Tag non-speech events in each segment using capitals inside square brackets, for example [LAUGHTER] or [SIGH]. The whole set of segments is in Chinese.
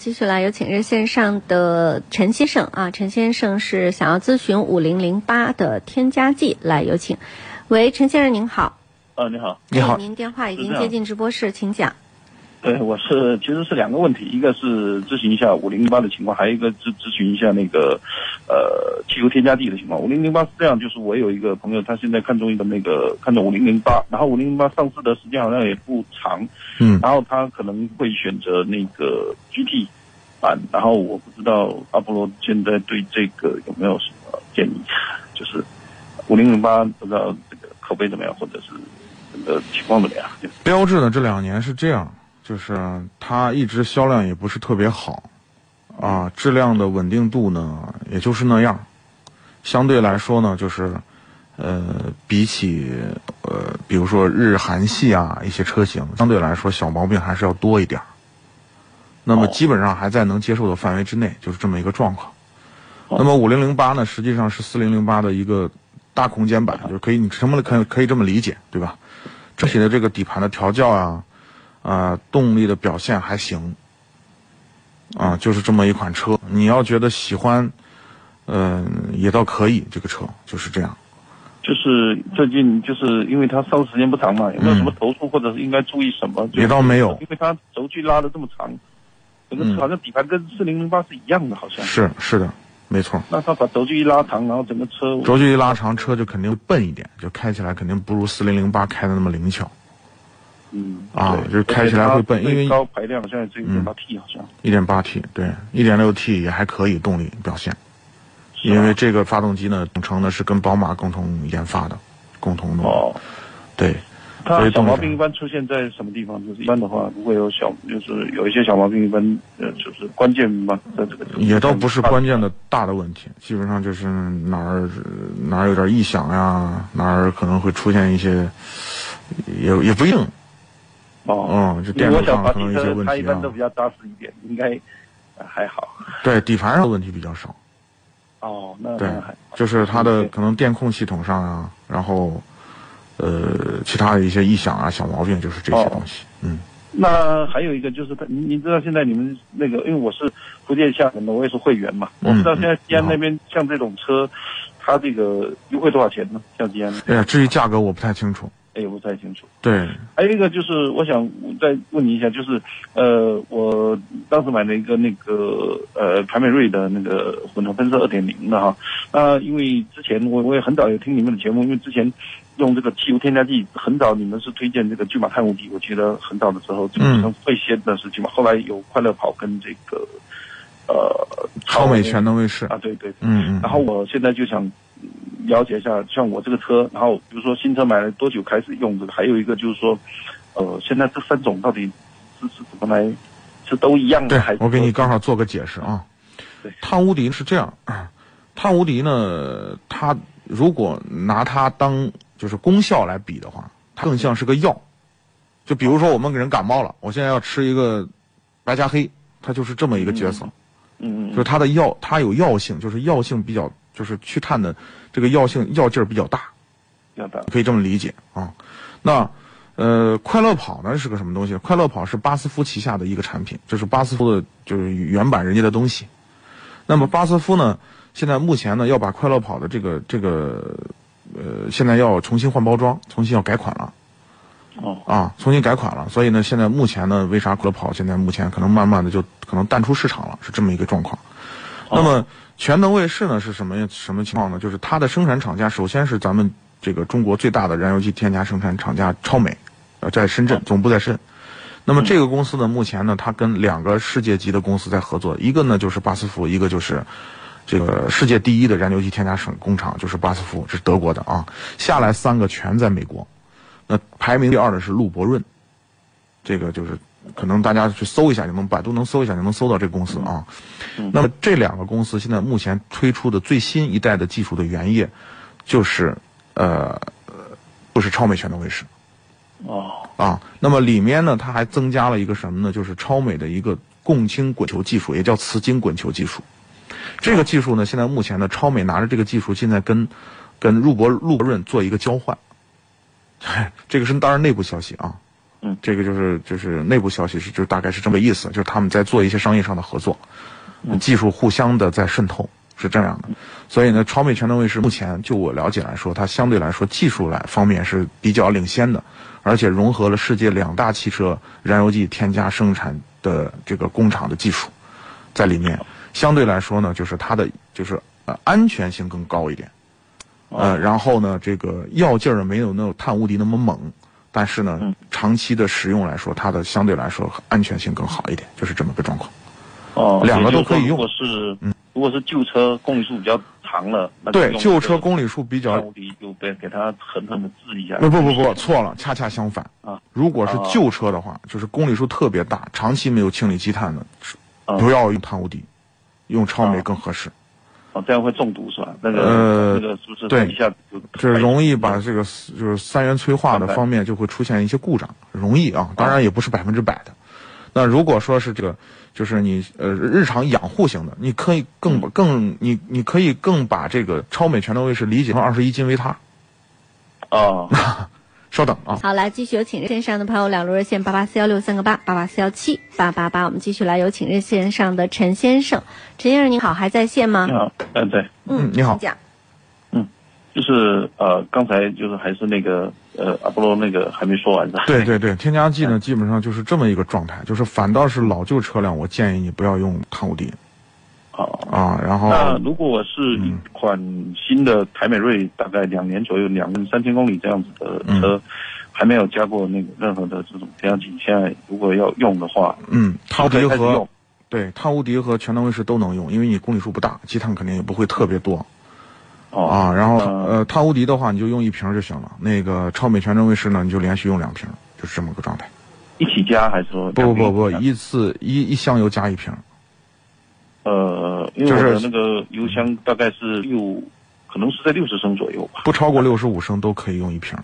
继续来有请热线上的陈先生啊，陈先生是想要咨询五零零八的添加剂，来有请。喂，陈先生您好，啊，你好，你哎，好您电话已是经这样接进直播室，请讲。对，我是其实是两个问题，一个是咨询一下五零零八的情况，还有一个咨咨询一下那个呃汽油添加剂的情况。五零零八是这样，就是我有一个朋友，他现在看中一个那个看中五零零八，然后五零零八上市的时间好像也不长，嗯然后他可能会选择那个 GT 版，然后我不知道阿波罗现在对这个有没有什么建议，就是五零零八不知道这个口碑怎么样，或者是整个情况怎么样，就是标志呢这两年是这样，就是它一直销量也不是特别好，啊，质量的稳定度呢也就是那样，相对来说呢就是，呃，比起呃比如说日韩系啊一些车型，相对来说小毛病还是要多一点儿。那么哦基本上还在能接受的范围之内，就是这么一个状况。哦那么五零零八呢，实际上是四零零八的一个大空间版，就是可以你什么可以可以这么理解，对吧？整体的这个底盘的调教啊，啊、动力的表现还行，啊、就是这么一款车。你要觉得喜欢，嗯、也倒可以，这个车就是这样。就是最近就是因为它上市时间不长嘛，有没有什么投诉或者是应该注意什么？就也倒没嗯有因为它轴距拉的这么长，整个嗯车好像底盘跟四零零八是一样的，好像。是是的，没错。那它把轴距一拉长，然后整个车轴距一拉长，车就肯定笨一点，就开起来肯定不如四零零八开的那么灵巧，嗯啊对就是开起来会笨而且它因为最嗯高排量好像也只有零八 T 好像。一点八 T 对，一点六 T 也还可以动力表现，是啊吧因为这个发动机呢，总成呢是跟宝马共同研发的，共同的、哦，对，所它小以动毛力病一般出现在什么地方？就是一般的话，如果有小就是有一些小毛病，一般呃就是关键嘛，在这个车也倒不是关键的。的大的问题，基本上就是哪儿哪儿有点异响呀、哪儿可能会出现一些，也也不硬，哦，嗯，就因电为我路上想法可系能一些车问它一题般啊都，比较扎实一点，应该呃还好。对，底盘上的问题比较少。哦，那对那还，就是它嗯对的可能电控系统上啊，然后呃其他的一些异响啊、小毛病，就是这些东哦西。嗯，那还有一个就是它，你你知道现在你们那个，因为我是福建厦门的，我也是会员嘛，嗯我不知道现在西安嗯那边像这种车，它这个优惠多少钱呢？像西安，哎呀，至于价格我不太清楚。哎，我不太清楚。对，还有一个就是，呃我想再问你一下，就是，呃，我当时买了一个那个呃凯美瑞的那个混合喷射二点零的哈，那因为之前我我也很早有听你们的节目，因为之前用这个汽油添加剂，很早你们是推荐这个巨马碳无比，我记得很早的时候，就嗯可能最先的是巨马，后来有快乐跑跟这个呃超美全能卫士。啊，对对，嗯嗯。然后我现在就想嗯了解一下，像我这个车，然后比如说新车买了多久开始用这个，还有一个就是说，呃，现在这三种到底是是怎么来，是都一样对的还是？我给你刚好做个解释啊对。碳无敌是这样，碳无敌呢，它如果拿它当就是功效来比的话，它更像是个药。就比如说我们人感冒了，我现在要吃一个白加黑，它就是这么一个角色。嗯嗯就是它的药，它有药性，就是药性比较，就是去碳的这个药性药劲儿比较大，这样的可以这么理解啊。那呃，快乐跑呢是个什么东西？快乐跑是巴斯夫旗下的一个产品，这是巴斯夫的，就是原版人家的东西。那么巴斯夫呢，现在目前呢要把快乐跑的这个这个呃，现在要重新换包装，重新要改款了哦啊，重新改款了。所以呢，现在目前呢，为啥快乐跑现在目前可能慢慢的就可能淡出市场了，是这么一个状况。那么全能卫士呢是什么什么情况呢？就是它的生产厂家首先是咱们这个中国最大的燃油机添加生产厂家超美，呃，在深圳总部在深。那么这个公司呢，目前呢，它跟两个世界级的公司在合作，一个呢就是巴斯夫，一个就是这个世界第一的燃油机添加省工厂，就是巴斯夫，这是德国的啊。下来三个全在美国，那排名第二的是陆博润，这个就是可能大家去搜一下就能，百度能搜一下就能搜到这个公司啊。那么这两个公司现在目前推出的最新一代的技术的原液，就是呃，就是超美全能卫士哦啊。那么里面呢，它还增加了一个什么呢？就是超美的一个共氢滚球技术，也叫磁晶滚球技术。这个技术呢，现在目前呢，超美拿着这个技术，现在跟 [LAUGHS] 跟陆博陆博润做一个交换。这个是当然内部消息啊，嗯，这个就是就是内部消息是就是大概是这么个意思，就是他们在做一些商业上的合作，技术互相的在渗透是这样的。所以呢，超美全能卫视目前就我了解来说，它相对来说技术来方面是比较领先的，而且融合了世界两大汽车燃油剂添加生产的这个工厂的技术在里面。相对来说呢，就是它的就是呃安全性更高一点。哦呃，然后呢，这个药劲儿没有那种碳无敌那么猛，但是呢，嗯长期的使用来说，它的相对来说安全性更好一点，就是这么个状况。哦，两个都可以也就是说用嗯如果是如果是旧车公里数比较长了，那就呃对，用旧这车个公里数比较奥迪就别给它狠狠的治一下。不不不不，错了，恰恰相反啊。如果是啊旧车的话，就是公里数特别大，长期没有清理积碳的，是啊不要用碳无敌，用超美啊更合适。哦，这样会中毒是吧？那个、呃那个是不是对一下子就这容易把这个就是三元催化的方面就会出现一些故障，容易啊，当然也不是百分之百的。那如果说是这个，就是你呃日常养护型的，你可以更嗯更你你可以更把这个超美全能卫士理解成二十一金维他。 [LAUGHS] 哦，稍等啊，好，来继续有请线上的朋友两路热线八八四幺六三个八八八四幺七八八八，我们继续来有请热线上的陈先生，陈先生你好，还在线吗你？好，嗯，对，嗯你好请讲。就是呃，刚才就是还是那个呃，阿波罗那个还没说完是吧？对对对，添加剂呢基本上就是这么一个状态，就是反倒是老旧车辆，我建议你不要用碳无敌好。啊，然后 [LAUGHS] 哦那如果是嗯一款新的凯美瑞，大概两年左右，两三千公里这样子的嗯车，还没有加过那个任何的这种添加剂，现在如果要用的话，嗯，碳无敌就可以开始和用对碳无敌和全能卫士都能用，因为你公里数不大，积碳肯定也不会特别多。哦啊，然后嗯呃，碳无敌的话你就用一瓶就行了。那个超美全真卫士呢，你就连续用两瓶，就是这么个状态。一起加还是说不不不不，两边一起一次一一箱油加一瓶。加呃，因为我就的是那个油箱大概是六，可能是在六十升左右吧，不超过六十五升都可以用一瓶，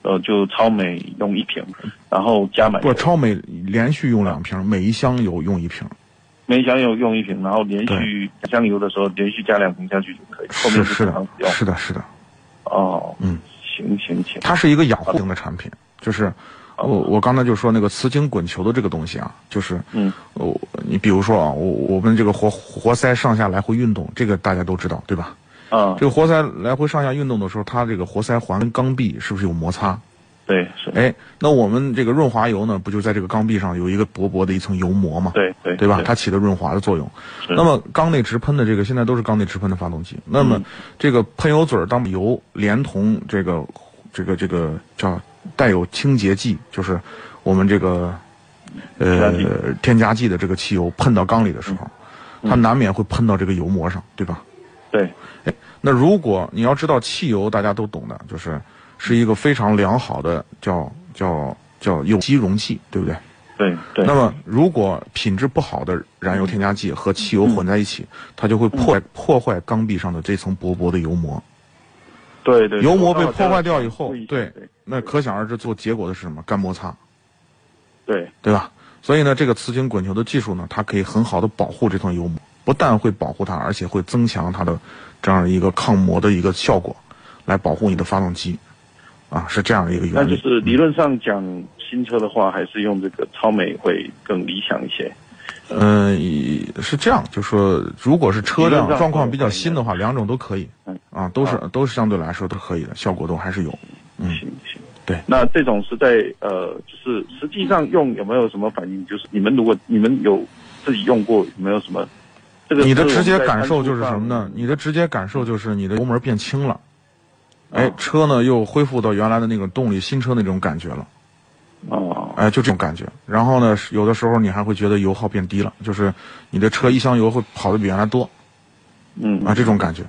呃，就超美用一瓶，然后加满油不超美连续用两瓶，每一箱油用一瓶，每箱油用一瓶，然后连续箱油的时候连续加两瓶下去就可以，后是面是正常的使，用。是的，是的，哦，嗯，行行行，它是一个养护型的产品，就是我我刚才就说那个磁晶滚球的这个东西啊，就是嗯，我、你比如说啊，我我们这个活活塞上下来回运动，这个大家都知道对吧？啊，这个活塞来回上下运动的时候，它这个活塞环跟缸壁是不是有摩擦？对是，哎，那我们这个润滑油呢，不就在这个缸壁上有一个薄薄的一层油膜嘛？对对对吧？它起的润滑的作用。那么缸内直喷的这个现在都是缸内直喷的发动机。那嗯么这个喷油嘴儿当油连同这个这个这个叫带有清洁剂，就是我们这个添加剂嗯呃添加剂的这个汽油喷到缸里的时候，它难免会喷到这个油膜上，对吧？对，那如果你要知道，汽油大家都懂的，就是是一个非常良好的叫叫叫有机溶剂，对不对？对对，那么如果品质不好的燃油添加剂和汽油混在一起，嗯它就会破坏破坏缸壁上的这层薄薄的油膜。对对，油膜我被刚好破坏掉以想后注意，对，那可想而知，做结果的是什么？干摩擦，对对吧？所以呢，这个磁晶滚球的技术呢，它可以很好的保护这层油膜，不但会保护它，而且会增强它的这样一个抗磨的一个效果，来保护你的发动机，啊，是这样的一个那原就理。嗯是理论上讲，新车的话还是用这个超美会更理想一些。嗯、以是这样，就说如果是车辆理论上状况比较新的话，两种都可以嗯，啊，都是都是相对来说都可以的，效果都还是有。嗯行行，对那这种是在呃，就是实际上用有没有什么反应？就是你们如果你们有自己用过，有没有什么？这个你的是直我们接在感参数受就是什么呢上？？嗯你的直接感受就是你的油门变轻了，哎哦，车呢又恢复到原来的那种动力新车那种感觉了。哦，哎，就这种感觉。然后呢，是有的时候你还会觉得油耗变低了，就是你的车一箱油会跑的比原来多嗯啊，这种感觉。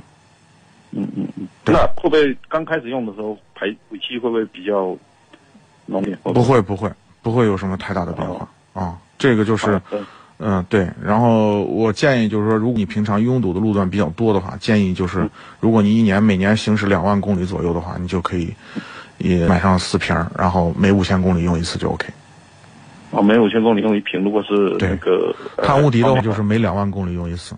嗯嗯嗯。对那会不会刚开始用的时候排尾气会不会比较浓烈？不会不会不会有什么太大的变哦化啊，这个就是好的嗯、对。然后我建议就是说，如果你平常拥堵的路段比较多的话，建议嗯就是如果你一年每年行驶两万公里左右的话，你就可以也买上四瓶儿，然后每五千公里用一次就 OK。哦，每五千公里用一瓶，如果是对那个呃碳无敌的方话面就是每两万公里用一次，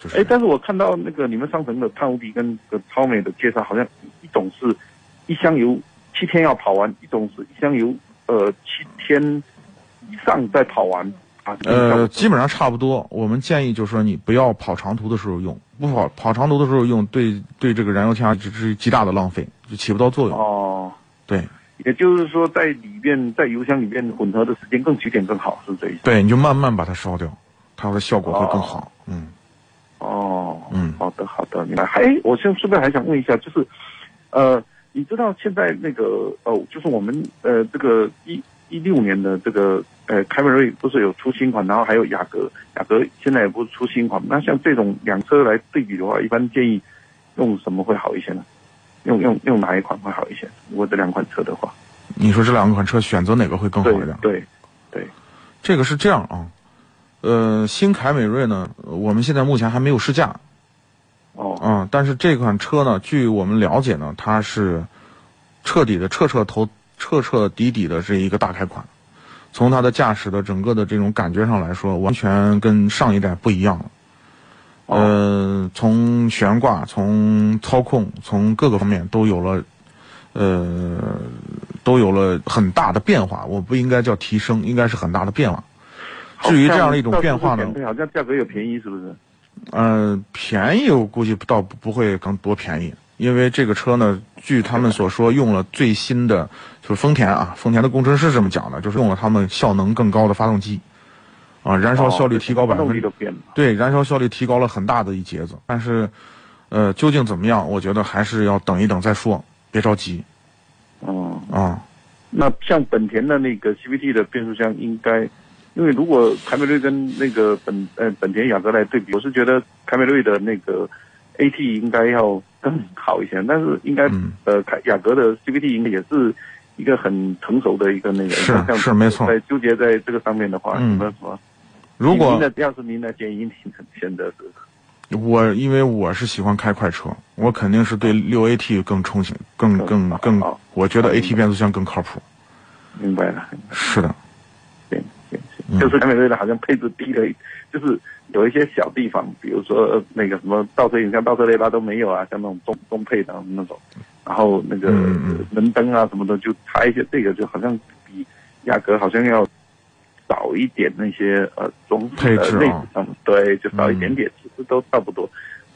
就是哎，但是我看到那个你们商城的碳无敌跟这个超美的介绍，好像一种是一箱油七天要跑完，一种是一箱油呃七天以上再跑完啊？呃，基本上差不多。我们建议就是说，你不要跑长途的时候用，不跑跑长途的时候用，对对这个燃油添加剂是极大的浪费，就起不到作用。哦，对也就是说在里面在油箱里面混合的时间更久点更好，是这意思？对，你就慢慢把它烧掉，它的效果会更好。嗯，哦，嗯好的，好的，明白。还，我现在顺便还想问一下，就是，呃，你知道现在那个哦，就是我们呃这个一一六年的这个呃凯美瑞不是有出新款，然后还有雅阁，雅阁现在也不是出新款。那像这种两车来对比的话，一般建议用什么会好一些呢？用用用哪一款会好一些？如果这两款车的话，你说这两款车选择哪个会更好对一点？对，这个是这样啊，呃，新凯美瑞呢，呃我们现在目前还没有试驾，哦啊、但是这款车呢，据我们了解呢，它是彻底的、彻彻头、彻彻底底的是一个大改款。从它的驾驶的整个的这种感觉上来说，完全跟上一代不一样了。哦呃，从悬挂、从操控、从各个方面都有了，呃，都有了很大的变化。我不应该叫提升，应该是很大的变化。至于这样的一种变化呢，好像价格也便宜，是不是？嗯，便宜我估计不到不不会更多便宜，因为这个车呢，据他们所说，用了最新的，就是丰田啊，丰田的工程师这么讲的，就是用了他们效能更高的发动机，啊，燃烧效率提高百哦分动之力都变了。对，燃烧效率提高了很大的一截子，但是，呃，究竟怎么样，我觉得还是要等一等再说，别着急嗯。啊。那像本田的那个 CVT 的变速箱，应该，因为如果凯美瑞跟那个本呃本田雅阁来对比，我是觉得凯美瑞的那个 AT 应该要更好一些，但是应该、嗯呃凯雅阁的 CVT 应该也是一个很成熟的一个那个，是像是没错在纠结在这个上面的话，嗯有没有什么？如您果的要是您来建议，您选择是我因为我是喜欢开快车，我肯定是对六 AT 更憧憬，更更更好，我觉得 AT 变速箱更靠谱。明白了。是的，对对，对就是凯美瑞的好像配置低了一，就是有一些小地方，比如说呃那个什么倒车影像、倒车雷达都没有啊，像那种中中配的那种，然后那个嗯嗯门灯啊什么的就差一些，这个就好像比雅阁好像要少一点那些呃中配置啊嗯呃内饰上的对，就少一点点，其实都差不多，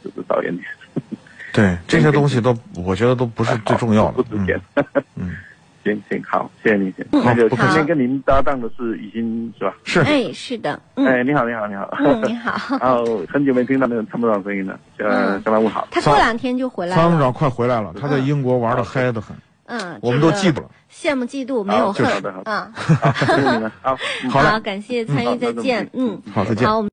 就是少一点点，对这些东西都，我觉得都不是最重要啊不的。值嗯钱。嗯，行行好，谢谢您。谢谢嗯那个好今不客气天跟您搭档的是已经是吧？是哎，是的，嗯哎，你好，你好，你好。嗯，你好， [LAUGHS] 哦，很久没听到那个参谋长声音了，呃，嗯向他问好。他过两天就回来参谋了，长快回来了，他在英国玩的嗨的很，嗯，我们都记住住了。羡慕嫉妒没有好就是好恨的好的啊， [LAUGHS] 好，谢谢你们，好，嗯好嘞感谢参与，好再那就见，嗯，好，再见。好，我们。